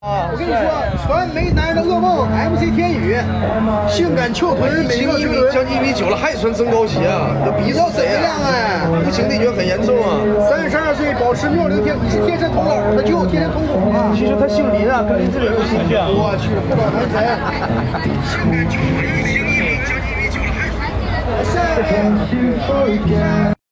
啊，我跟你说，传媒男人的噩梦，MC 天宇，性感翘臀，美一丽米将近一米九了，还穿增高鞋啊？那鼻你子到怎谁啊么呀、样哎？无情内卷很严重啊！三十二岁，保持妙龄天，你是天生童姥的，就有天生童姥啊！其实他姓林啊，跟林志玲有亲戚啊。我去，不管男神。下一位。